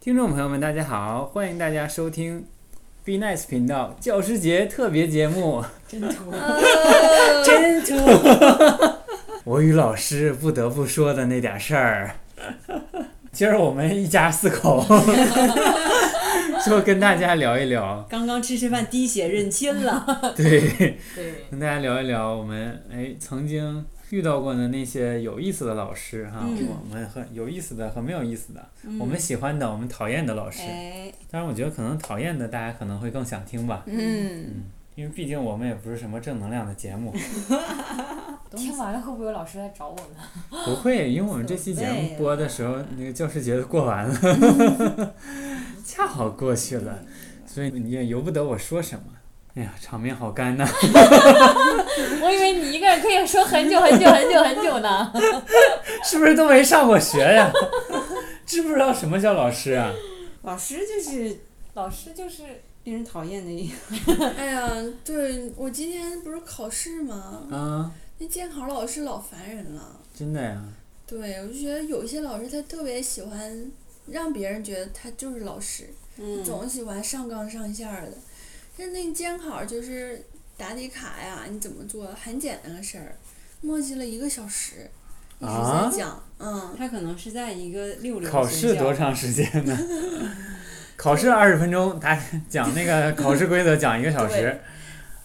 听众朋友们，大家好，欢迎大家收听 Be Nice 频道教师节特别节目。真土， 真土！ 我与老师不得不说的那点事 儿。今儿我们一家四 口，说跟大家聊一聊，刚刚吃吃饭滴血认亲了。对， 对，跟大家聊一聊我们哎曾经遇到过的那些有意思的老师哈，嗯我们很有意思的和没有意思的，嗯我们喜欢的，我们讨厌的老师。哎，当然，我觉得可能讨厌的大家可能会更想听吧，嗯，因为毕竟我们也不是什么正能量的节目，听完了会不会有老师来找我们？不会，因为我们这期节目播的时候，那个教师节都过完了， 恰好过去了，所以你也由不得我说什么。哎呀，场面好干呐！ 我以为你一个人可以说很久很久很久很久呢。是不是都没上过学呀？ 知不知道什么叫老师嗯啊？老师就是 老师就是令人讨厌的一个，哎呀，对我今天不是考试吗？啊，那监考老师老烦人了。真的呀，对，我就觉得有一些老师他特别喜欢让别人觉得他就是老师，嗯，总喜欢上纲上线儿的。但那监考就是答题卡呀，你怎么做，很简单的事儿，磨叽了一个小时，一直啊在讲，嗯，他可能是在一个六流考试多？长时间呢？ 考试二十分钟， 他讲那个考试规则讲一个小时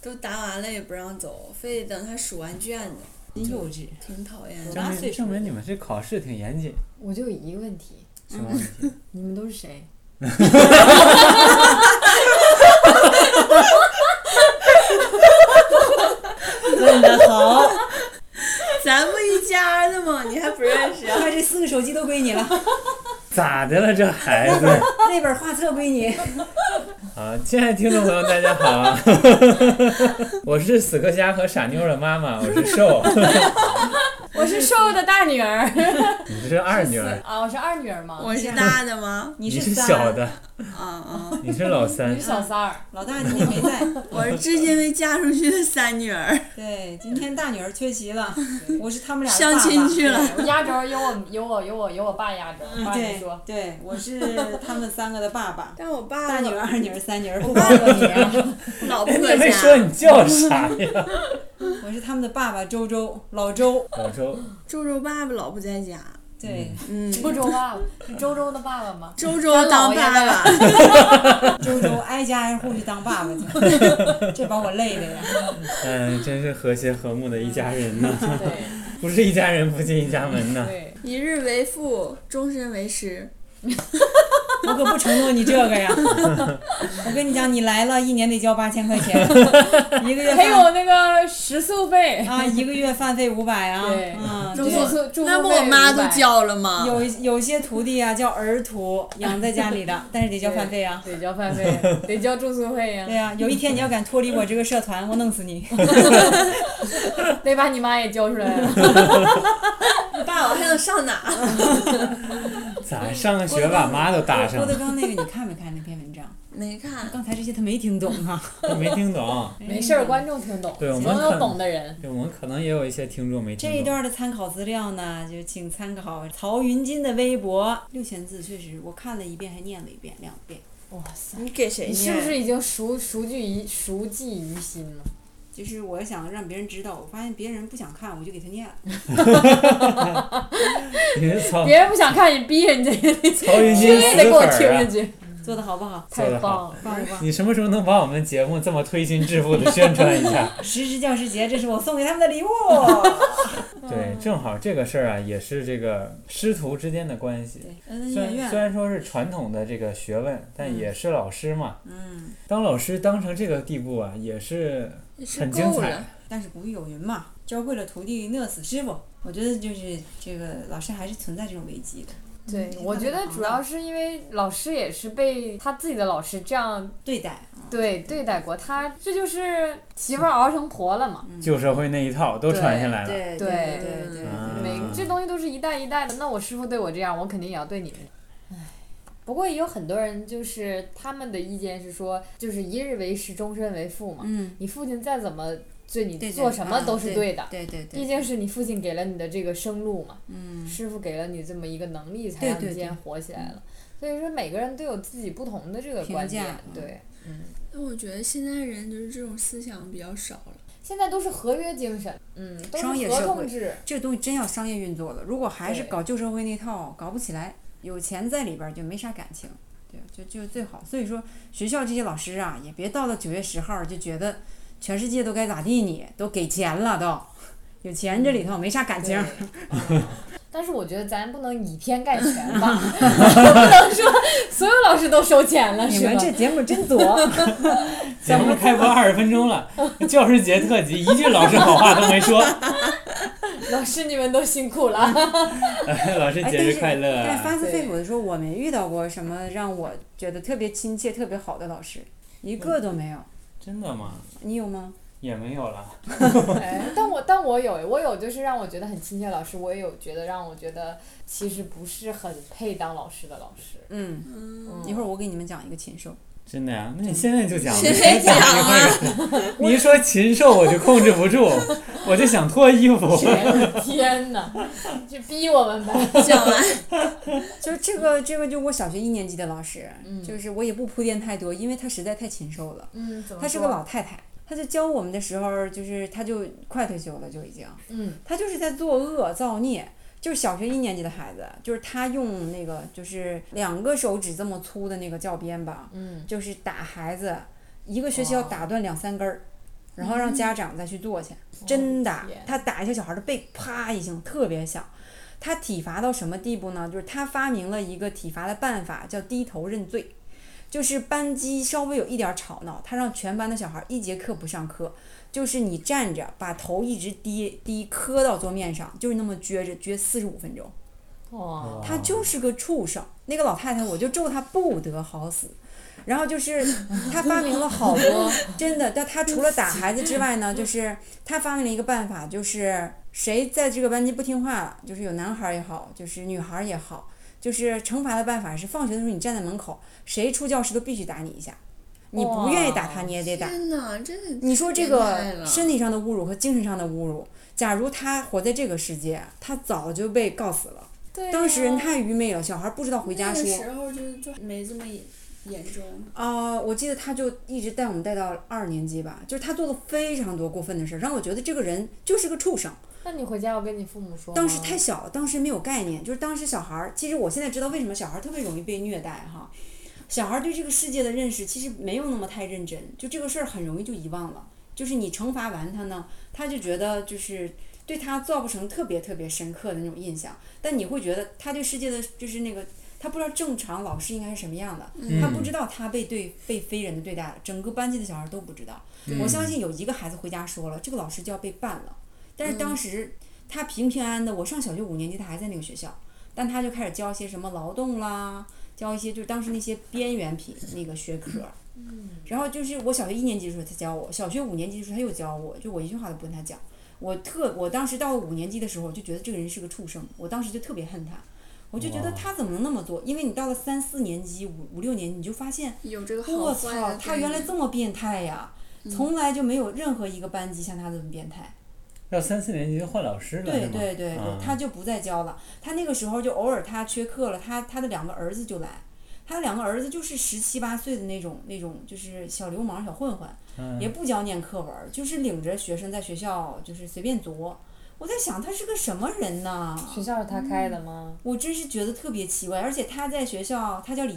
对，都答完了也不让走，非得等他数完卷子，真幼稚。挺讨厌 多的。大证岁明数证明你们这考试挺严谨，我就有一个问题，是嗯吧？你们都是谁？问得好，咱不一家的吗？你还不认 识啊？快这四个手机都归你了， 咋的了这孩子？那本画册归你。啊，亲爱的听众朋友，大家好， 我是死磕虾和傻妞的妈妈，我是瘦， 我是瘦的大女儿你是二女儿， 啊，我是二女儿嘛。我是大的吗？你你是三小，的，啊啊！你是老你三是，小三儿，老大今天没在。我是至今未嫁出去的三女儿，对，今天大女儿缺席了，我是他们俩的相亲爸去了。我压轴有我有我有我有我爸压轴。爸。爸你对说，对，我是他们三个的爸 爸， 但我爸大女儿、二女儿、三女儿，不爸包括爸你你啊，老不哎你可没说家。你叫啥呀？我是他们的爸爸周周，老周。老周，周周爸爸老不在家，对，嗯，周周爸爸是周周的爸爸吗？周周当爸爸，周周挨家挨户去当爸爸 去，这把我累的呀！嗯，真是和谐和睦的一家人呢，对 不是一家人不进一家门呢。嗯对， 一日为父，终身为师。我可不承诺你这个呀。我跟你讲，你来了一年得交八千块钱，一个月哎还饭有那个食宿费，啊，一个月饭费五百啊对，嗯，住周宿对。宿住宿费那不我妈都500教了吗？有有些徒弟啊叫儿徒，养在家里的，但是得交饭费啊。得交饭费，得交住宿费呀对，呀、有一天你要敢脱离我这个社团，我弄死你！ 得把你妈也交出来呀。 爸，我还能上哪？咋上个学把妈都搭上郭德了？纲那个你看没看那篇文章？没看，刚才这些他没听懂啊。我没听懂。没事儿，观众听懂，对我们总有看懂的人。对，我们可能也有一些听众没这一听懂。段的参考资料呢，就请参考曹云金的微博，六千字，确实我看了一遍，还念了一遍两遍，哇塞，你给谁你是不是已经熟熟记于熟记于心了？就是我想让别人知道，我发现别人不想看，我就给他念了。你是曹别人不想看你逼人家，曹云必金须哦死得给我粉听儿下啊！去，做的好不好？做太得好棒了！棒不棒？你什么时候能把我们节目这么推心置腹的宣传一下？十之教师节，这是我送给他们的礼物。嗯对，正好这个事儿啊，也是这个师徒之间的关系。恩恩虽怨嗯然虽怨，然说是传统的这个学问，但也是老师嘛。嗯，当老师当成这个地步啊，也是也是很精够了彩。。但是古语有云嘛，教会了徒弟饿死师傅。我觉得就是这个老师还是存在这种危机的。对嗯，我觉得主要是因为老师也是被他自己的老师这样对待，对对待过，他这就是媳妇儿熬成婆了嘛。旧社会那一套都传下来了。嗯对对对对对啊对，每这东西都是一代一代的，那我师傅对我这样，我肯定也要对你们。唉，不过也有很多人就是他们的意见是说，就是一日为师，终身为父嘛。嗯，你父亲再怎么对你对啊嗯做什么都是对对的，对对毕对，竟是你父亲给了你的这个生路嘛，嗯。师傅给了你这么一个能力，才对让你对今天对活起来了。所以说每个人都有自己不同的这个评观价点，嗯对，嗯，那我觉得现在人就是这种思想比较少了。现在都是合约精神，嗯，都是商业合社同会制，这东西真要商业运作了，如果还是对搞旧社会那套，搞不起来。有钱在里边儿就没啥感情，对，就就最好。所以说，学校这些老师啊，也别到了九月十号就觉得全世界都该咋地你，都给钱了都， 有钱这里头没啥感情。对。嗯 但是我觉得咱不能以偏概全吧， 不能说所有老师都收钱了， 你是吧们？这节目真多，节目开播二十分钟 了，教师节特辑一句老师好话都没说。老师你们都辛苦 了。老师哎节日快乐！啊但是发自对肺腑的说，我没遇到过什么让我觉得特别亲切、特别好的老师，一个嗯都没有。真的吗？你有吗？也没有了。哎但我但我有我有就是让我觉得很亲切的老师，我也有觉得让我觉得其实不是很配当老师的老师。嗯，嗯，嗯、一会儿我给你们讲一个禽兽。真的呀？那你现在就讲吧，谁谁讲 啊啊？你一说禽兽，我就控制不住，我就想脱衣服。天哪，就逼我们 吧。讲啊完就这个，这个就我小学一年级的老师，嗯就是我也不铺垫太多，因为他实在太禽兽了。嗯，怎么她是说个，老太太，她就教我们的时候，就是她就快退休了，就已经，嗯她就是在作恶造孽。就是小学一年级的孩子，就是她用那个就是两个手指这么粗的那个教鞭吧，嗯，就是打孩子，一个学期要哇打断两三根儿，然后嗯让家长再去做去，哦真打天，他打一下小孩的背，啪一声特别响。他体罚到什么地步呢？就是他发明了一个体罚的办法，叫低头认罪。就是班级稍微有一点儿吵闹，他让全班的小孩一节课不上课，就是你站着把头一直低低磕到桌面上，就是那么撅着撅四十五分钟。哇，他就是个畜生。那个老太太，我就咒她不得好死。然后就是她发明了好多真的，但她除了打孩子之外嗯呢，就是她发明了一个办法，就是谁在这个班级不听话了，就是有男孩儿也好，就是女孩儿也好，就是惩罚的办法是放学的时候你站在门口，谁出教室都必须打你一下，你不愿意打他哇你也得打。啊天哪，真的你说这变态个了身体上的侮辱和精神上的侮辱，假如他活在这个世界，他早就被告死了。对呀当时人太愚昧了，小孩不知道回家那说个。时候就就没这么严严重。啊、我记得他就一直带我们带到二年级吧，就是他做了非常多过分的事儿，让我觉得这个人就是个畜生。那你回家要跟你父母说吗？当时太小了，当时没有概念，就是当时小孩儿，其实我现在知道为什么小孩儿特别容易被虐待哈。小孩儿对这个世界的认识其实没有那么太认真，就这个事儿很容易就遗忘了。就是你惩罚完他呢，他就觉得就是对他造不成特别特别深刻的那种印象，但你会觉得他对世界的就是那个他不知道正常老师应该是什么样的，他不知道他被对被非人的对待了，整个班级的小孩都不知道。嗯我相信有一个孩子回家说了，这个老师就要被办了。但是当时他平平安安的，我上小学五年级，他还在那个学校，但他就开始教一些什么劳动啦，教一些就是当时那些边缘品那个学科。嗯然后就是我小学一年级的时候他教我，小学五年级的时候他又教我，就我一句话都不跟他讲。我特我当时到五年级的时候，我就觉得这个人是个畜生，我当时就特别恨他。我就觉得哇他怎么能那么做？因为你到了三四年级、五五六年级，你就发现有这个好啊我坏操的，他概原来念这么变态呀！从来就没有任何一个班级像他这么变态。到三四年级就换老师了，对是吗对对对啊，他就不再教了。他那个时候就偶尔他缺课了，他他的两个儿子就来，他的两个儿子就是十七八岁的那种那种就是小流氓小混混，也嗯，不教念课文，就是领着学生在学校就是随便作。我在想他是个什么人呢？学校是他开的吗？我真是觉得特别奇怪，而且他在学校，他叫李，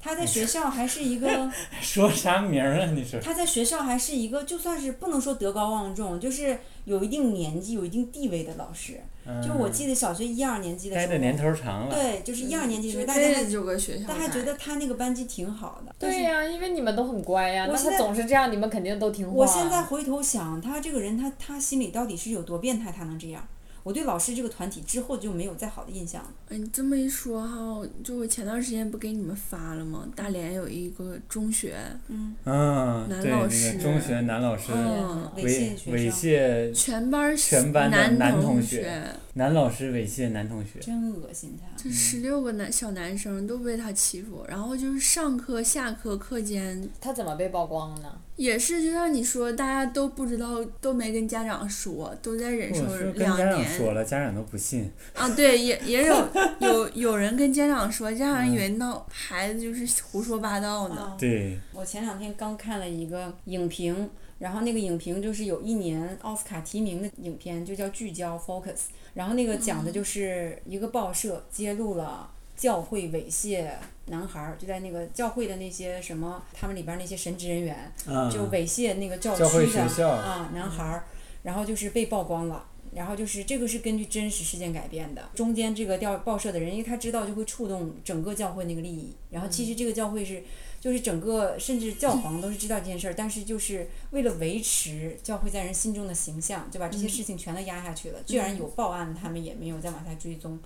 他在学校还是一个。 说啥名儿啊？你说他在学校还是一个，就算是不能说德高望重，就是有一定年纪、有一定地位的老师。就我记得小学一二年级嗯的待时的候，年头长了，对，就是一二年级的时候，大家这还就跟学校大家待觉得他那个班级挺好的。但对是呀、因为你们都很乖呀、我那现他在总是这样，你们肯定都听话。啊我现在回头想，他这个人，他他心里到底是有多变态，他能这样？我对老师这个团体之后就没有再好的印象了。哎，你这么一说哈，我就我前段时间不给你们发了吗？大连有一个中学，嗯，嗯，男对，那老个师中学男老师嗯，猥亵学猥生，亵全班儿全班的男男同学嗯学，男老师猥亵男同学，真恶心他。这十六个男小男生都被他欺负，然后就是上课、下课、课间他怎么被曝光呢？也是，就像你说，大家都不知道，都没跟家长说，都在忍我受说跟两家长年说了，家长都不信。啊。对，也也有有有人跟家长说，家长以为闹孩子就是胡说八道 哦呢。对，我前两天刚看了一个影评，然后那个影评就是有一年奥斯卡提名的影片，就叫《聚焦 （Focus）》，然后那个讲的就是一个报社揭露了教会猥亵男孩儿，就在那个教会的那些什么，他们里边儿那些神职人员，嗯，就猥亵那个教教会区学的校啊男孩儿，然后就是被曝光了。然后就是这个是根据真实事件改编的，中间这个调报社的人，因为他知道就会触动整个教会那个利益。然后其实这个教会是，就是整个甚至教皇都是知道这件事儿，但是就是为了维持教会在人心中的形象，就把这些事情全都压下去了。居然有报案，他们也没有再往下追踪。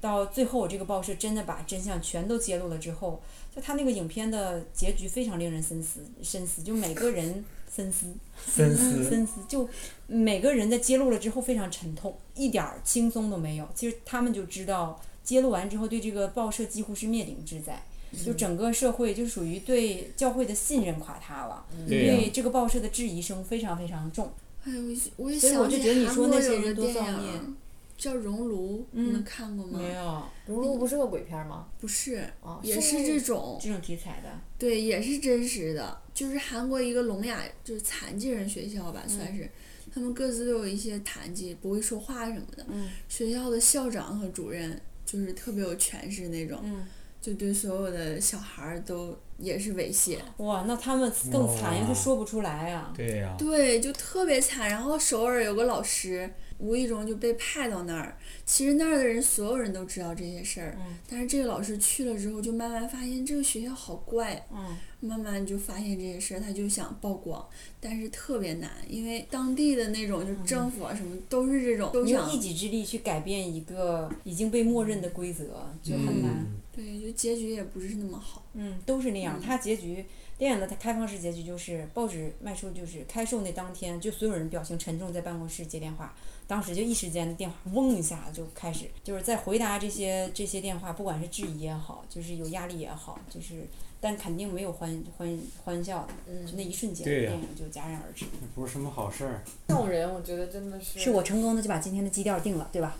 到最后，这个报社真的把真相全都揭露了之后，就他那个影片的结局非常令人深思，深思，就每个人深思，深思。 深思，就每个人在揭露了之后非常沉痛，一点儿轻松都没有。其实他们就知道，揭露完之后对这个报社几乎是灭顶之灾，嗯就整个社会就属于对教会的信任垮塌了，对呀对这个报社的质疑声非常非常重。哎，我一我也所以想我就觉得起你韩说国那些有人个多电造影孽嗯叫《熔炉》，你们看过吗？有如如不是个鬼片吗？不是，哦，也是这种，这种题材的，对，也是真实的，就是韩国一个聋哑，就是残疾人学校吧，算嗯是，他们各自都有一些残疾，不会说话什么的。嗯学校的校长和主任就是特别有权势那种，嗯，就对所有的小孩儿都也是猥亵，哇，那他们更惨，因为他哇说不出来啊。对呀、对，就特别惨。然后首尔有个老师，无意中就被派到那儿，其实那儿的人所有人都知道这些事儿，嗯但是这个老师去了之后，就慢慢发现这个学校好怪，嗯慢慢就发现这些事儿，他就想曝光，但是特别难，因为当地的那种嗯就是政府啊什么都是这种，都你用想一己之力去改变一个已经被默认的规则，就很难。嗯，对，就结局也不是那么好。嗯，都是那样。它结局，电影的开放式结局就是报纸卖出，就是开售那当天，就所有人表情沉重，在办公室接电话。当时就一时间电话嗡一下就开始，就是在回答这些这些电话，不管是质疑也好，就是有压力也好，就是但肯定没有欢欢欢笑的，就那嗯，一瞬间，对呀电影就戛然而止。那不是什么好事 儿。这种人我觉得真的是是我成功的就把今天的基调定了，对吧？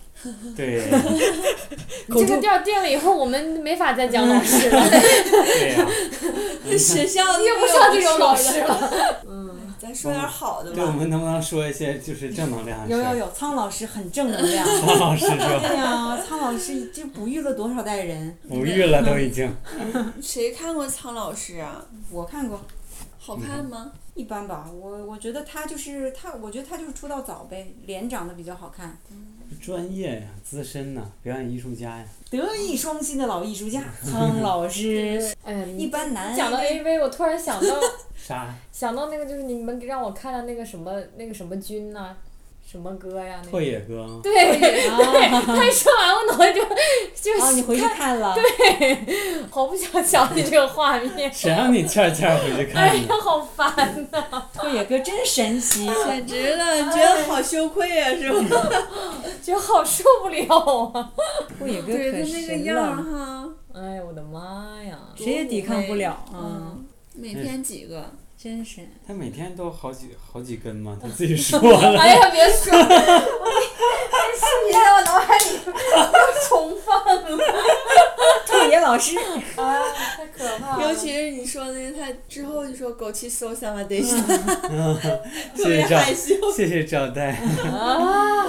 对，你这个调定了以后，我们没法再讲老师了，对 呀、学校用不上这种老师了。嗯嗯咱说点好的哦对，我吧。们能不能说一些就是正能量的有事 有儿？有，苍老师很正能 量。王老师说， 对呀、苍老师这哺育了多少代人？无语了都已经。谁看过苍老师啊？我看过。好看吗？一般吧，我我觉得他就是他，我觉得他就是出道早呗，脸长得比较好看，专业呀，资深呐、表演艺术家呀。德艺双馨的老艺术家 苍老师。哎呀，一你般男讲到 AV，我突然想到 啥？想到那个，就是你们让我看的那个什么那个什么君呐、什么歌呀、那拓个。野哥吗？对，对，啊，他一说完我脑袋就就哦，你回去看了，对，好不想想起这个画面，谁让你欠欠回去 哎看呀的？，好烦呐、拓野哥真神 奇。简直了，觉得好羞愧呀、是吧？觉得好受不了啊！拓野哥对他可那个神样儿了，哈， 哎呀，我的妈呀！谁也抵抗不了啊，嗯，每天几个？真神。 他每天都好几好几根嘛，他自己说了。哎呀，别说，哎，你在我脑海里又重 放了，拓野老师，啊，太可怕了！尤其是你说那个，他之后就说枸杞 so some d a y 谢别谢赵，害羞，谢谢赵代。啊，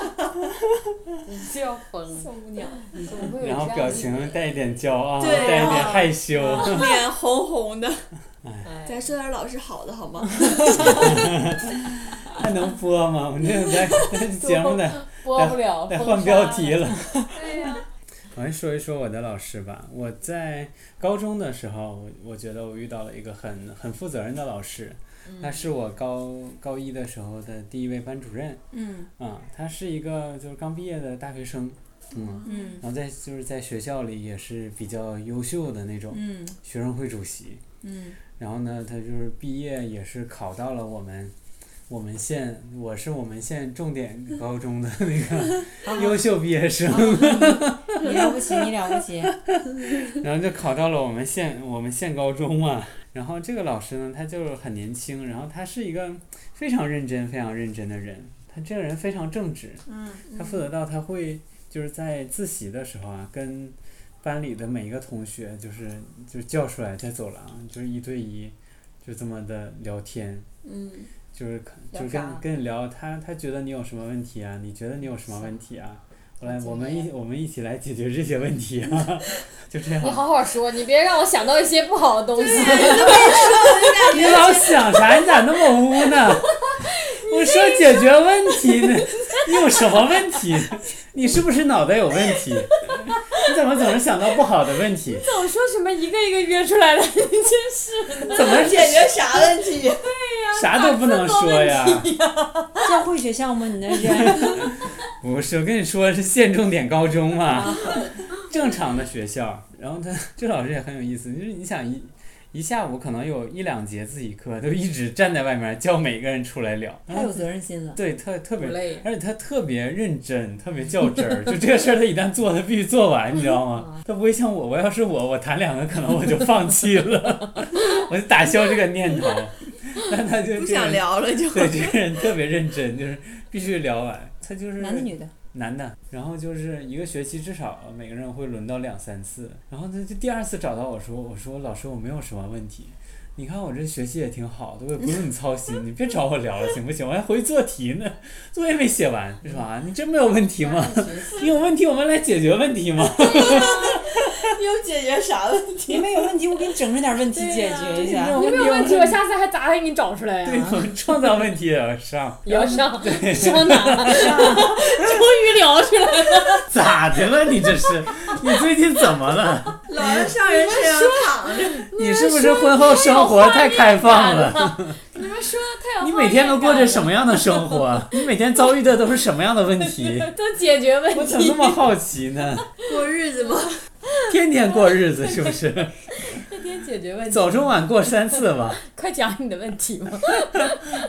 你就要疯，小姑娘，怎么会有这然样后的表情带一点骄傲，对带一点啊害羞。脸红红的。哎咱说点老师好的好吗？还能播吗？我们这在 节目 得播不了，得封换杀标题了。了。对呀，我先说一说我的老师吧。我在高中的时候，我我觉得我遇到了一个很很负责任的老师，嗯他是我高高一的时候的第一位班主任。 嗯嗯，他是一个就是刚毕业的大学生。嗯，嗯然后在就是在学校里也是比较优秀的那种嗯学生会主席。嗯然后呢，他就是毕业也是考到了我们我们县，我是我们县重点高中的那个优秀毕业生，啊嗯 你了不起，你了不起。然后就考到了我们县我们县高中嘛。然后这个老师呢，他就是很年轻，然后他是一个非常认真、非常认真的人。他这个人非常正直，嗯，他负责到他会就是在自习的时候啊，跟班里的每一个同学就是就是叫出来，在走廊就是一对一，就这么的聊天，嗯就是可聊就是啥跟跟你聊他他觉得你有什么问题啊，你觉得你有什么问题啊，来我们一我们一起来解决这些问题啊， 就 这样你。好好说，你别让我想到一些不好的东西。你老想啥？你咋那么污呢？ 我说解决问题呢，你有什么问题？你是不是脑袋有问题？你怎么总是想到不好的问题？总说什么一个一个约出来的，你真是怎么解决啥问题？啥都不能说呀？教会学校吗？你那 是？不是，我跟你说是县重点高中 嘛，正常的学校。然后他这老师也很有意思，就是你想一一下午可能有一两节自习课，都一直站在外面叫每个人出来聊。太有责任心了。对，特特不别累。而且他特别认真，特别较 真儿，就这个事儿他一旦做，他必须做完，你知道哦吗？他不会像我，我要是我，我谈两个可能我就放弃了， 我就打消这个念头。但他就不这个想人，聊了就。对这个人特别认真，就是必须聊完。他就是男的女的？男的，然后就是一个学期至少每个人会轮到两三次，然后他就第二次找到我说，我说老师我没有什么问题，你看我这学习也挺好的，我也不用你操心，你别找我聊了行不行？我还回去做题呢， 作业没写完，是吧？你真没有问题吗？你有问题我们来解决问题吗？ 又解决啥问题？ 你们有问题，我给你整出点问题解决一下。你没有问题，我下次还咋还给你找出来对呀、我们创造问题也要上， 也要上上哪？终于聊出来了，咋的了？你这是，你最近怎么了？老是上人啊身上躺着，你是不是婚后生活太开放了？你们说的太有 你每天都过着么？什么样的生活？你每天遭遇的都是什么样的问 题？ 都解决问我题怎么那么好奇 呢？过日子吗？天天过日子是不是？天天解决问题，早中晚过三次吧，快讲你的问题吧。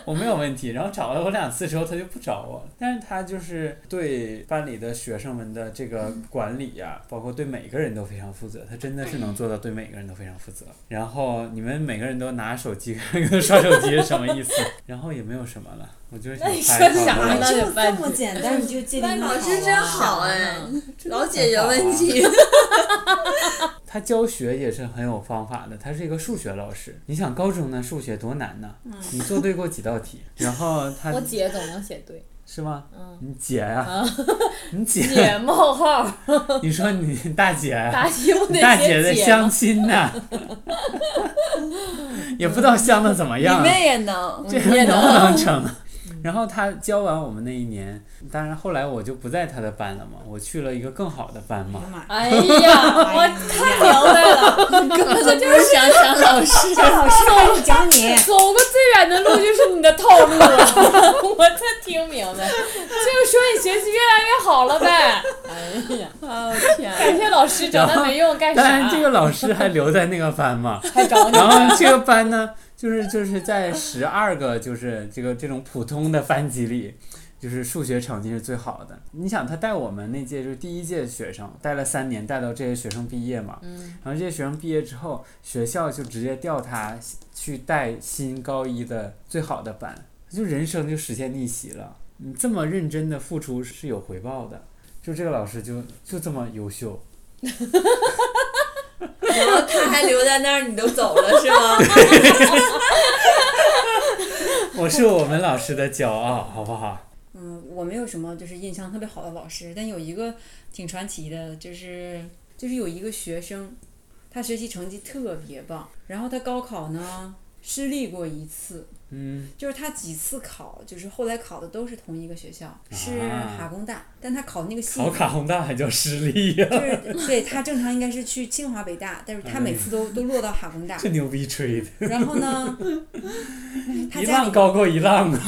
我没有问题。然后找了我两次之后，他就不找我了。但是他就是对班里的学生们的这个管理嗯呀、包括对每个人都非常负责。他真的是能做到对每个人都非常负责。嗯然后你们每个人都拿手机刷手机是什么意 思？然后也没有什么了，我就是想那你拍哎说啥好了呢就这么简单，你就界定老师真好啊哎，嗯老的解决好问啊题。他教学也是很有方法的，他是一个数学老师。你想高中呢，数学多难呢？你做对过几道 题？然后他嗯我姐总能写对，是吗？嗯，你姐呀、啊你姐， 姐冒号你说你大姐，啊答题我得你大姐写的姐相亲呢、 也不知道相的怎么你样，啊妹也能，这也能能不能 成？嗯然后他教完我们那一年，当然后来我就不在他的班了嘛，我去了一个更好的班嘛。哎呀，我太明白了，根本就不是想想老师。小老师我就讲你， 走过最远的路就是你的套路了，我才听明白，就是说你学习越来越好了呗。哎呀，哦感天，谢老师，整那没用干当然，这啥？个老师还留在那个班嘛。还找你 然后这个班呢，就是就是在十二个就是这个这种普通的班级里，就是数学成绩是最好的。你想他带我们那届就是第一届学生，带了三年，带到这些学生毕业嘛。嗯。然后这些学生毕业之后，学校就直接调他去带新高一的最好的班，就人生就实现逆袭了。你这么认真的付出是有回报的，就这个老师就就这么优秀。然后 他还留在那儿，你都走了是 吗？我是我们老师的骄傲，好不好？ 嗯，我没有什么就是印象特别好的老师，但有一个挺传奇的，就是就是有一个学生，他学习成绩特别棒，然后他高考呢失利过一次，嗯，就是他几次考，就是后来考的都是同一个学校，是啊哈工大，但他考那个系考卡宏大还叫失利呀、 就是对他正常应该是去清华北大，但是他每次都、都落到哈 工大，这牛逼吹的，然后 呢，他一家浪里，高过一浪 啊！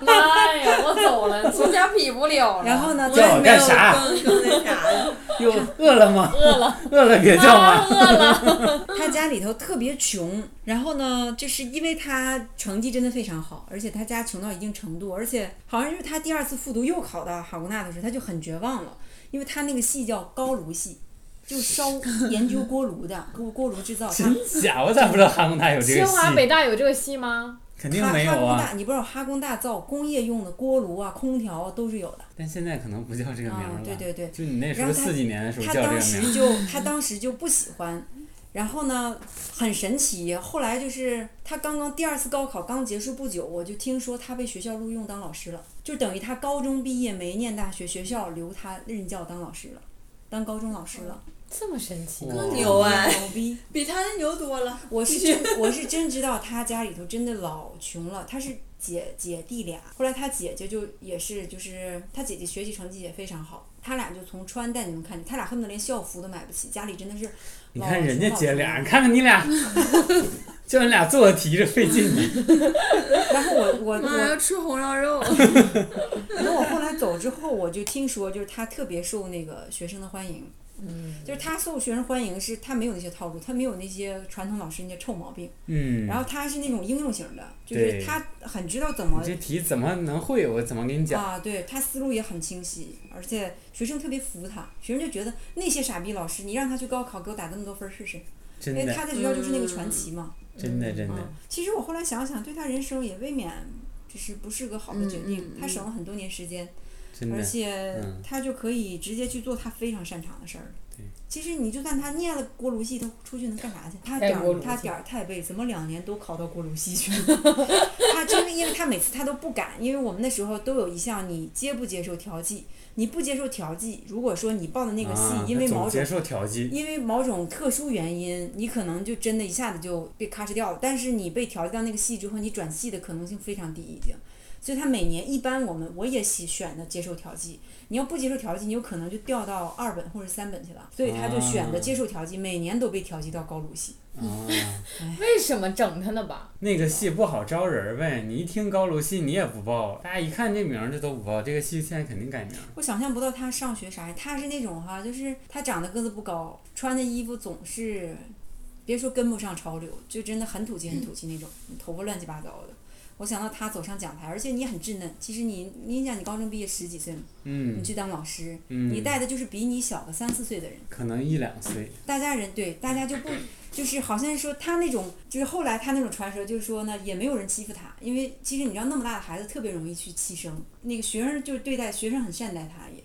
妈哎呀！我走了，出家比不了了。然后呢，我叫也我没干有啥更更那啥的，哟，饿了吗？饿了，饿了别叫啊妈。饿了， 他家里头特别穷，然后呢，就是因为他成绩真的非常好，而且他家穷到一定程度，而且好像就是他第二次复读又考到哈工大的时候，他就很绝望了，因为他那个系叫高卢系，就烧研究锅炉的，锅锅炉制造。他真假？我咋不知道哈工大有这个清华系？北大有这个系吗？肯定哈没哈有工啊，大，你不知道哈工大造工业用的锅炉啊、空调啊都是有的。但现在可能不叫这个名儿啊了。，对对对，就你那时候然后他四几年的时候他叫这个当名儿，时就他当时就不喜欢，然后呢，很神奇。后来就是他刚刚第二次高考刚结束不久，我就听说他被学校录用当老师了，就等于他高中毕业没念大学，学校留他任教当老师了，当高中老师了，这么神奇？嗯哇牛哎！牛逼！比他那牛多了。我是真我是真知道他家里头真的老穷了，他是姐姐弟俩，后来他姐姐就也是就是他姐姐学习成绩也非常好，他俩就从穿戴你能看见，他俩恨不得连校服都买不起，家里真的是你老看人家穷姐老俩，穷你看看你 俩，叫你俩做题这费劲呢。然后我我妈我，要吃红烧肉，然后我后来走之后，我就听说就是他特别受那个学生的欢迎，嗯，就是他受学生欢迎是他没有那些套路，他没有那些传统老师那些臭毛病，嗯，然后他是那种应用型的，就对是他很知道怎么你这题怎么能会？我怎么给你讲？啊，对他思路也很清晰，而且学生特别服他，学生就觉得那些傻逼老师，你让他去高考给我打这么多分儿试试，真因为的，他在学校就是那个传奇嘛。真的，真嗯，的，其实我后来想想，对他人生也未免就是不是个好的决定，嗯嗯嗯他省了很多年时间，真而的，且嗯他就可以直接去做他非常擅长的事儿对。其实你就算他念了锅炉系，他出去能干啥去？他盖点锅炉儿去他点儿太背，怎么两年都考到锅炉系去了？ 他真的，因为他每次他都不敢，因为我们那时候都有一项你接不接受调剂，你不接受调剂，如果说你报的那个系、啊因为总某种接受调剂，因为某种特殊原因，你可能就真的一下子就被咔哧掉了。但是你被调剂到那个系之后，你转系的可能性非常低，已经。所以他每年一般我们我也喜选的接受调剂，你要不接受调剂，你有可能就调到二本或者三本去了。所以他就选择接受调剂，每年都被调剂到高炉系。啊，为什么整他呢吧？那个系不好招人儿呗。你一听高楼系，你也不报，大家一看这名儿就都不报。这个系现在肯定改名儿，我想象不到他上学啥样，他是那种哈，就是他长得个子不高，穿的衣服总是，别说跟不上潮流，就真的很土气很土气那种，嗯头发乱七八糟的。我想到他走上讲台，而且你很稚嫩。其实你，你想你高中毕业十几岁嘛，你嗯去当老师，你嗯，带的就是比你小个三四岁的人。可能一两岁，大家人对大家就不就是好像说他那种就是后来他那种传说就是说呢也没有人欺负他，因为其实你知道那么大的孩子特别容易去欺生，那个学生就是对待学生很善待他也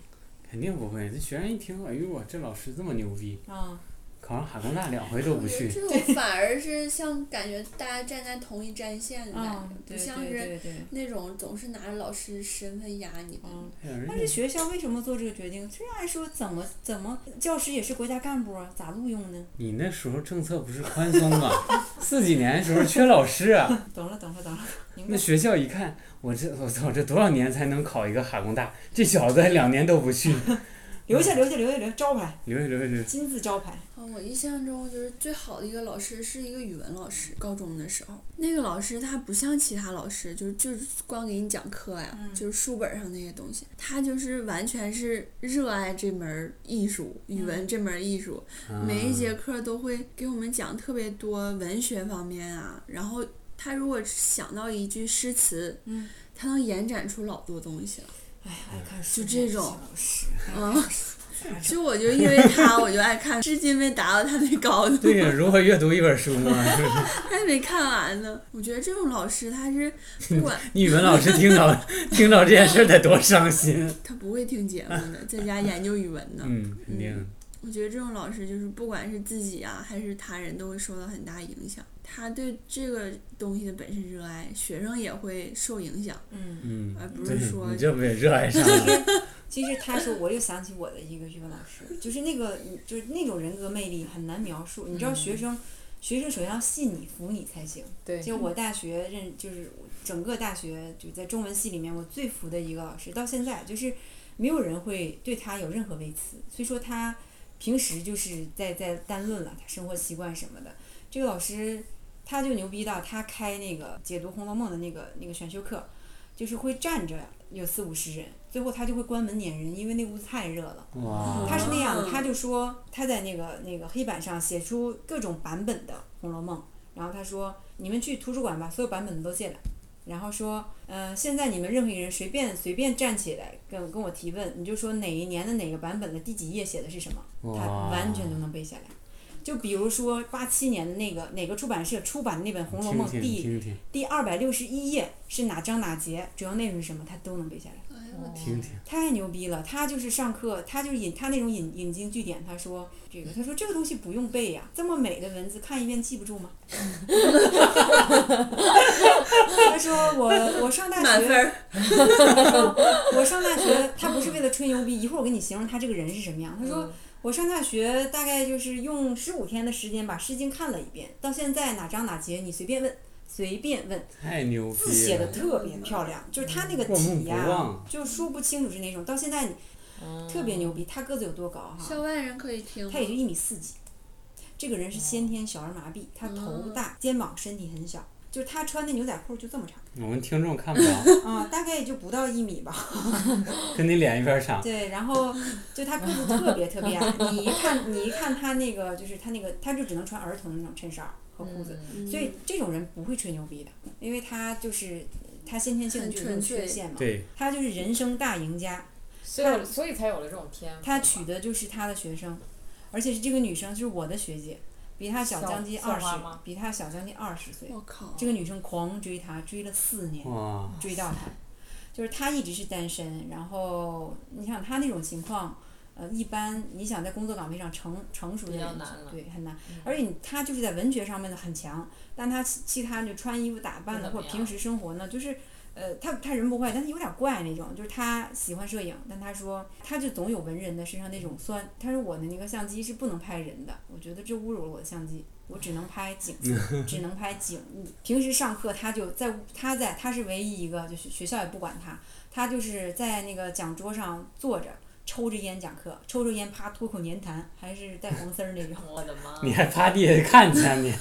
肯定不会。这学生一听，哎呦我这老师这么牛逼，啊。考上哈工大两回都不我 觉得去， 这种反而是像感觉大家站在同一战线的感啊觉，，对不像对是对对，那种总是拿着老师身份压你的。嗯。哎呀人但家是学校为什么做这个决定？虽然说怎么怎么，教师也是国家干部啊，咋录用呢？你那时候政策不是宽松啊？四几年的时候缺老师啊，懂了，懂了，懂了，明那白。学校一看，我这我操，这多少年才能考一个哈工大？这小子还两年都不去， 留下，留下，留下，留下招牌，留下留下留下，金字招牌。啊，我印象中就是最好的一个老师是一个语文老师，高中的时候，那个老师他不像其他老师，就是就是光给你讲课呀，嗯就是书本上那些东西，他就是完全是热爱这门儿艺术，语嗯文这门儿艺术，啊每一节课都会给我们讲特别多文学方面啊，然后他如果想到一句诗词，嗯，他能延展出老多东西了。哎，爱看书，就这种老师，嗯 咋整？就我就因为他，我就爱看，至今没达到他那高度。对呀、如何阅读一本 书嘛？是不是还没看完呢。我觉得这种老师他是不管 你语文老师听到听到这件事儿得多伤心。他不会听节目的，在家研究语文呢。嗯，肯定嗯。我觉得这种老师就是不管是自己啊还是他人都会受到很大影响。他对这个东西的本身热爱，学生也会受影响，嗯，嗯，而不对是说你这不也热爱上了？ 其实他说，我又想起我的一个语文老师，就是那个，就是那种人格魅力很难描述。你知道，学生，学生首先要信你、服你才行。对，就我大学认，就是我整个大学就在中文系里面，我最服的一个老师，到现在就是没有人会对他有任何微词。虽说他平时就是在在单论了他生活习惯什么的，这个老师他就牛逼到他开那个解读《红楼梦》的那个那个选修课，就是会站着有四五十人，最后他就会关门撵人，因为那屋子太热了。哇，他是那样的，哦他就说他在那个那个黑板上写出各种版本的《红楼梦》，然后他说你们去图书馆把所有版本的都借来，然后说，呃，现在你们任何一个人随便随便站起来跟跟我提问，你就说哪一年的哪个版本的第几页写的是什么，他哇完全都能背下来。就比如说八七年的那个哪个出版社出版的那本《红楼梦》听第听听听第二百六十一页是哪章哪节，主要内容是什么，他都能背下来。哎呦我天，听听，太牛逼了！他就是上课，他就是引他那种引引经据典，他说这个，他说这个东西不用背呀、这么美的文字看一遍记不住吗？ 他说我我上大满分学，儿，我上大学，他不是为了吹牛逼，一会儿我给你形容他这个人是什么样。他说、嗯我上大学大概就是用十五天的时间把《诗经》看了一遍，到现在哪章哪节你随便问，随便问，太牛逼了！字写的特别漂亮，就是他那个啊嗯过目体不呀、忘就说不清楚是哪种。到现在你嗯特别牛嗯逼，他个子有多高哈？校外人可以听吗他？也就一米四几。这个人是哦先天小儿麻痹，他头大、肩膀、身体很小，就是他穿的牛仔裤就这么 长我们听众看不 着，啊、大概也就不到一米 吧。跟你脸一边 长。对，然后就他个子特别特别 矮，你一看你一看他那个就是他那个，他就只能穿儿童那种衬衫儿和裤子，嗯嗯所以这种人不会吹牛逼的，因为他就是他先天性很就有这种纯缺粹陷嘛，对，他就是人生大赢家。所以所以才有了这种天赋。他娶的就是他的学生，而且是这个女生是我的学姐，比他小小将近校二十花吗，比他小将近二十岁。我靠，这个女生狂追他，追了四年，哇，哦追到他，就是他一直是单身。然后你想他那种情况，呃，一般你想在工作岗位上成成熟的比较人难了嗯对，很难。而且你他就是在文学上面的很强，但他其其他就穿衣服打扮不呢，怎或么样者平时生活呢，就是。呃，他他人不坏，但是有点怪那种，就是他喜欢摄影，但他说他就总有文人的身上那种酸。他说我的那个相机是不能拍人的，我觉得这侮辱了我的相机，我只能拍景色，只能拍景物。平时上课他就在他在他是唯一一个，就是学校也不管他，他就是在那个讲桌上坐着抽着烟讲课，抽着烟啪脱口粘痰，还是带黄丝儿 那种。我的妈！你还趴地下看见你，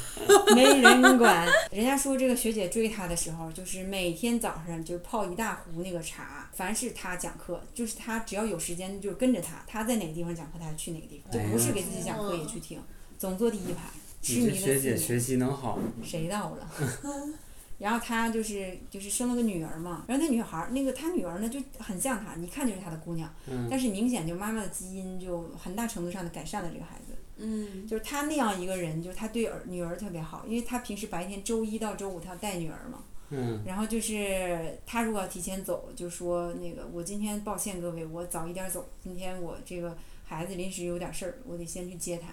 没人管。人家说这个学姐追他的时候，就是每天早上就泡一大壶那个茶，凡是他讲课，就是他只要有时间就跟着他，他在哪个地方讲课，他就去哪个地方，就不是给自己讲课也去听，总坐第一排，痴哎你迷这学姐了四年学习能好？谁到了？ 然后他就是就是生了个女儿嘛，然后那女孩儿那个他女儿呢就很像他，一看就是他的姑娘，嗯，但是明显就妈妈的基因就很大程度上的改善了这个孩子。嗯，就是他那样一个人，就是他对儿女儿特别好，因为他平时白天周一到周五他要带女儿嘛，嗯，然后就是他如果要提前走，就说那个我今天抱歉各位，我早一点走，今天我这个孩子临时有点事儿，我得先去接他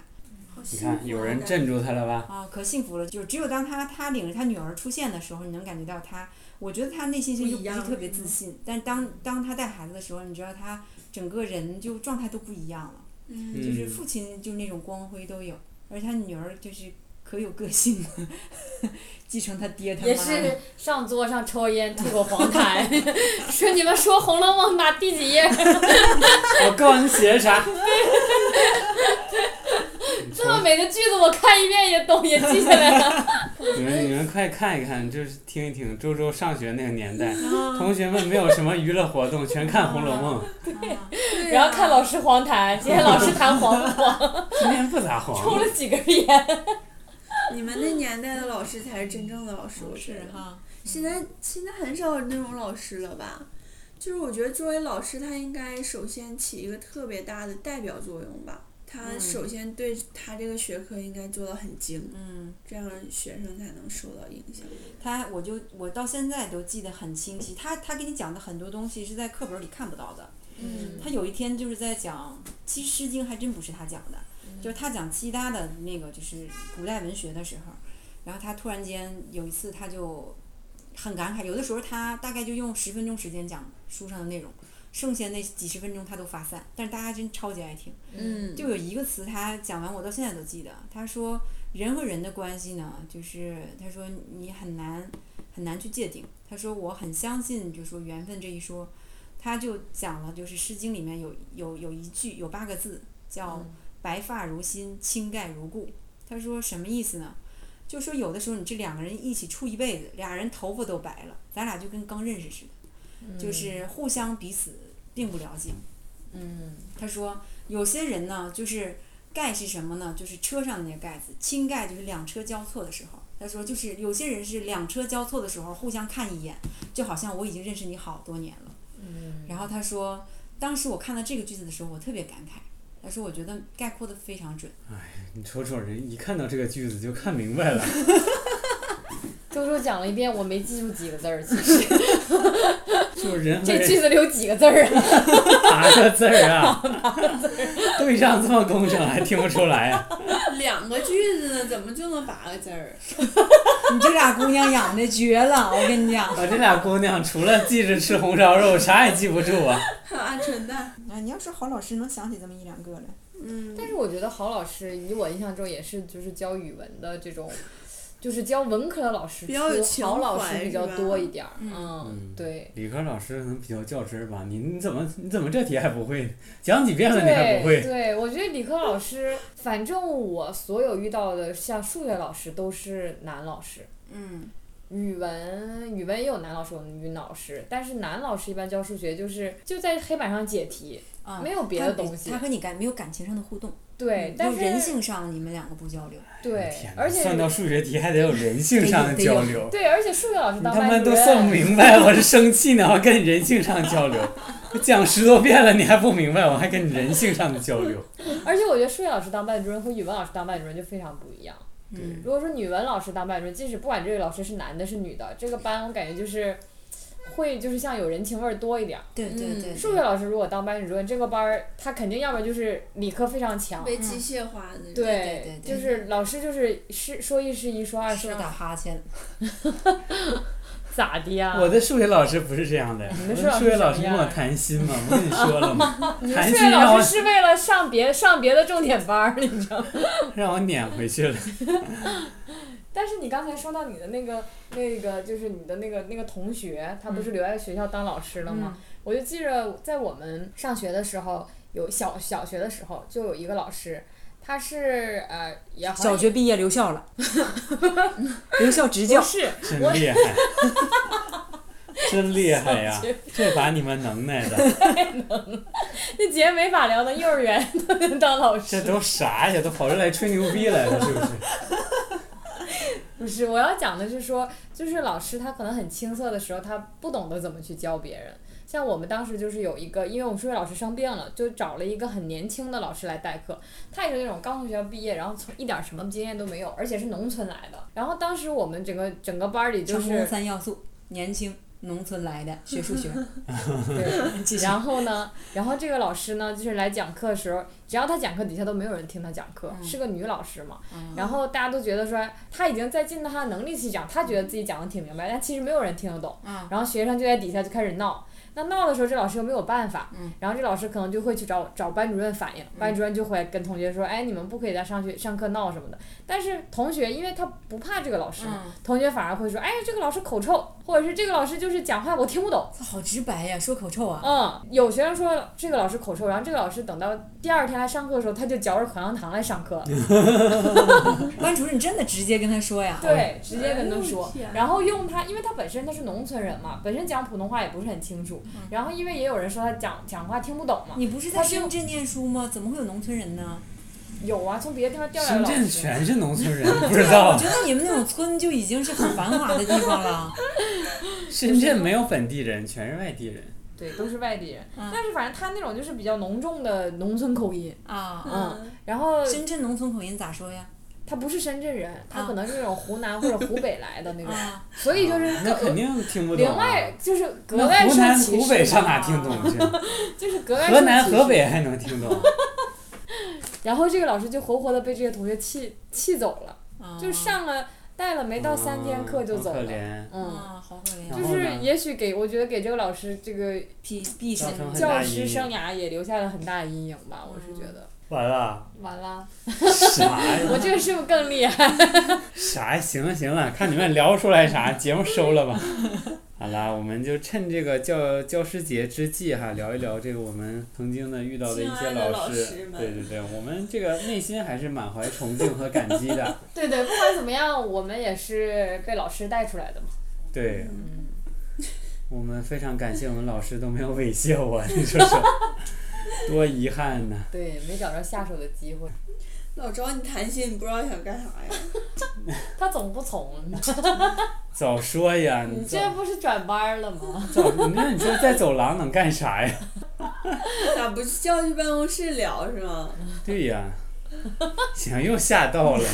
好你幸福啊看有人镇住他了吧？啊，可幸福了，就是只有当他他领着他女儿出现的时候，你能感觉到他，我觉得他内心深处不一不样是特别是吗自信，但当当他带孩子的时候，你知道他整个人就状态都不一样了。嗯，就是嗯父亲就是那种光辉都有，而他女儿就是可有个性了， 继承他爹他妈也是上桌上抽烟吐口黄 痰，说你们说《红楼梦》哪第几页？我告诉你写的啥。 你瞅这么美的句子我看一遍也懂也记下来 了。你们你们快看一看，就是听一听周周上学那个年代， 啊同学们没有什么娱乐活动，全看《红楼梦啊对然后看老师，师黄痰，今天老师痰黄 不黄？》，今 天不咋抽黄。了几根烟。你们那年代的老师才是真正的老师，我是觉啊得。哈，现在现在很少有那种老师了吧？就是我觉得作为老师，他应该首先起一个特别大的代表作用吧。他嗯首先对他这个学科应该做到很精，嗯，这样学生才能受到影响。他我就我到现在都记得很清晰，他他给你讲的很多东西是在课本里看不到的。嗯他有一天就是在讲，其实《诗经》还真不是他讲的，就是他讲其他的那个就是古代文学的时候，然后他突然间有一次他就很感慨，有的时候他大概就用十分钟时间讲书上的内容，剩下那几十分钟他都发散，但是大家真超级爱听。嗯，就有一个词，他讲完我到现在都记得。他说人和人的关系呢，就是他说你很难很难去界定。他说我很相信，就说缘分这一说。他就讲了，就是《诗经》里面有有有一句有八个字叫“白发如新，青盖如故”。他说什么意思呢？就说有的时候你这两个人一起处一辈子，俩人头发都白了，咱俩就跟刚认识似的，嗯就是互相彼此并不了解。嗯他说有些人呢，就是盖是什么呢？就是车上的那个盖子，倾盖就是两车交错的时候，他说就是有些人是两车交错的时候互相看一眼，就好像我已经认识你好多年了。嗯，然后他说，当时我看到这个句子的时候，我特别感慨。他说：“我觉得概括的非常 准，你瞅瞅人，一看到这个句子就看明白了。周周讲了一遍，我没记住几个字儿，其 实就是人和这句人子里有几个字儿 啊？爬个字儿 啊， 对上这么工整还听不出来啊？两个句子呢，怎么就能八个字儿？啊你这俩姑娘养的绝了，我跟你 讲。啊我这俩姑娘除了记着吃红烧肉，啥也记不住啊。还有鹌鹑蛋，啊，你要是好老师，能想起这么一两个来。嗯，但是我觉得郝老师，以我印象中也是就是教语文的这种，就是教文科的老师比较有出郝情老师怀比是较吧多一点儿。嗯嗯嗯，对。理科老师可能比较较真儿吧？你你怎么你怎么这题还不会？讲几遍了你还不对会？对，我觉得理科老师，反正我所有遇到的像数学老师都是男老师，嗯，语文语文也有男老师有女老师，但是男老师一般教数学就是就在黑板上解题，啊，没有别的东西他。和你感没有感情上的互动，对嗯，但就是人性上你们两个不交流。对哎天，哪而且算到数学题还得有人性上的交流。对，而且数学老师你当他妈班主都算不任，明白，我是生气呢，我还跟你人性上交流。我讲十多遍了，你还不明白，我还跟你人性上的交流。而且我觉得数学老师当班主任和语文老师当班主任就非常不一样。嗯，如果说语文老师当班主任，即使不管这个老师是男的是女的，这个班我感觉就是会就是像有人情味儿多一点儿。对对对，数学老师如果当班主任，这个班儿他肯定要不然就是理科非常强，被机械化的，对对对就是老师就是是说一是一，说二说说打哈欠，咋的呀？我的数学老师不是这样的，我们的数数学学老老师师什跟么我样谈心嘛，我跟你说了嘛， 你们谈数心学让老我师是为了上别上别的重点班儿，你知道吗？让我撵回 去了。但是你刚才说到你的那个那个，就是你的那个那个同学，他嗯不是留在学校当老师了吗？我就记着在我们上学的时候，有小小学的时候就有一个老师，他是呃也好像小学毕业留 校了，留校执教不。是真我厉 害，真厉害呀！这把你们能耐的，那节没法聊的，幼儿园 都能当老这师。都啥呀？都跑这来吹牛逼来了， 是不是？不是，我要讲的是说，就是老师他可能很青涩的时候，他不懂得怎么去教别人。像我们当时就是有一个，因为我们数学老师生病了，就找了一个很年轻的老师来代课。他也是那种刚从学校毕业，然后从一点什么经验都没有，而且是农村来的。然后当时我们整个整个班儿里就成是功三要素：年轻、农村来的，学数学。 对，然后呢，然后这个老师呢，就是来讲课的时候，只要他讲课，底下都没有人听他讲课，嗯是个女老师嘛。嗯然后大家都觉得说他已经在尽到他的能力去讲，他觉得自己讲的挺明白，但其实没有人听得懂。啊，然后学生就在底下就开始闹。那闹的时候，这老师又没有办法，嗯然后这老师可能就会去找找班主任反映，班主任就会跟同学说，哎，你们不可以再上学上课闹什么的。但是同学因为他不怕这个老师嘛， 嗯同学反而会说，哎，这个老师口臭，或者是这个老师就是讲话我听不懂。他好直白呀，说口臭啊。嗯，有学生说这个老师口臭，然后这个老师等到第二天来上课的时候，他就嚼着口香糖来 上课，班主任真的直接跟他说呀。对，直接跟他说哎呦天，然后用他，因为他本身他是农村人嘛，本身讲普通话也不是很清楚，嗯然后因为也有人说他讲讲话听不懂嘛，你不是在他就深圳念书吗？怎么会有农村人 呢？有啊，从别的地方调来的深老圳师，全是农村人，你不知道我 啊觉？得你们那种村就已经是很繁华的地方了。深圳没有本地人，全是外地人。对，都是外地人，嗯但是反正他那种就是比较浓重的农村口音，啊， 嗯，然后深圳农村口音咋说呀？他不是深圳人，他啊可能是那种湖南或者湖北来的那种，嗯啊，所以就是那肯定听不懂另啊。外就是格哦那外湖受南、歧视嘛。湖北上哪听懂去？就是格外河受南、歧视河北。还能听懂？然后这个老师就活活的被这些同学气气走了，啊就上了带了没到三天课就走嗯好可了，怜，嗯。啊，好可然怜，就后是呢也许给我觉得给这个老师这个毕毕生造成很教大阴师影生涯也留下了很大的阴影吧，我是觉得。完了，嗯完了，啥我呀？ 这个是不是更厉害？啥呀？行了行了，看你们聊出来啥，节目收了吧。好啦，我们就趁这个教教师节之际哈，聊一聊这个我们曾经的遇到的一亲些爱的老师。师们对对对，我们这个内心还是满怀崇敬和感激的。 对对，不管怎么样，我们也是被老师带出来的嘛。对，嗯我们非常感谢我们老师都没有猥亵我，你说 说，多遗憾呐！对，没找着下手的机会。老找你谈心，你不知道想干啥呀？ 他总不从，早说呀！你早嗯这不是转班了 吗？早，你那你说在走廊能干啥呀？ 咋不叫去办公室聊是吗？对呀，行，又吓到 了。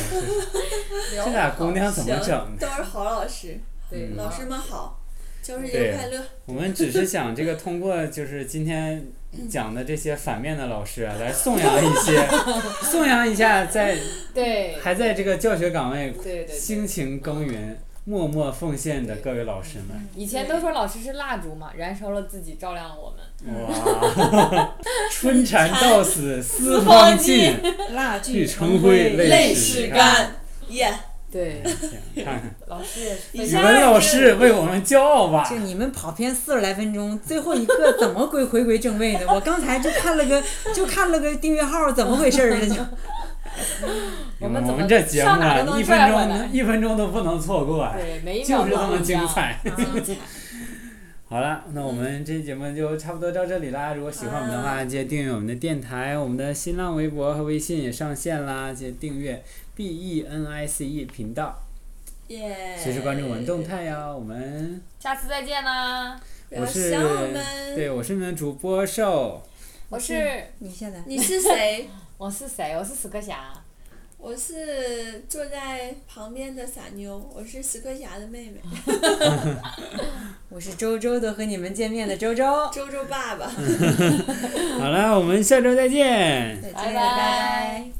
这俩啊姑娘嗯怎么整？都是好老师，对，老师们好，教师对节快乐。我们只是想这个通过就是今天嗯讲的这些反面的老师啊，来颂扬一些，颂扬一下在对还在这个教学岗位对对对，辛勤耕耘、默默奉献的各位老师们。以前都说老师是蜡烛嘛，燃烧了自己，照亮了我们。哇， 春蚕到嗯死丝方尽，蜡炬成灰泪始始。干，耶！对，行看看老师也是一语下文老师为我们骄傲吧就！你们跑偏四十来分钟，最后一个怎么归回归正位 呢？我刚才就看了个，就看了个订阅号，怎么回事儿呢？ 就我我们们怎么这节目上哪儿啊都，能一分拽回来钟一分钟都不能错过啊，对，每一秒就是都这么不一精样。彩。 嗯好了，那我们这期节目就差不多到这里啦。如果喜欢我们的话，嗯记得订阅我们的电台，我们的新浪微博和微信也上线啦，记得订阅 B E N I C E 频道，耶！随时关注我们哎动态呀。我们下次再见啦！不要我是想我们，对我是你们的主播瘦，我是你现在你是谁？我是谁？我是死磕侠。我是坐在旁边的傻妞，我是死磕侠 的妹妹，我是周周的和你们见面的周周，嗯周周爸爸。好了，我们下周再见。再见拜拜拜拜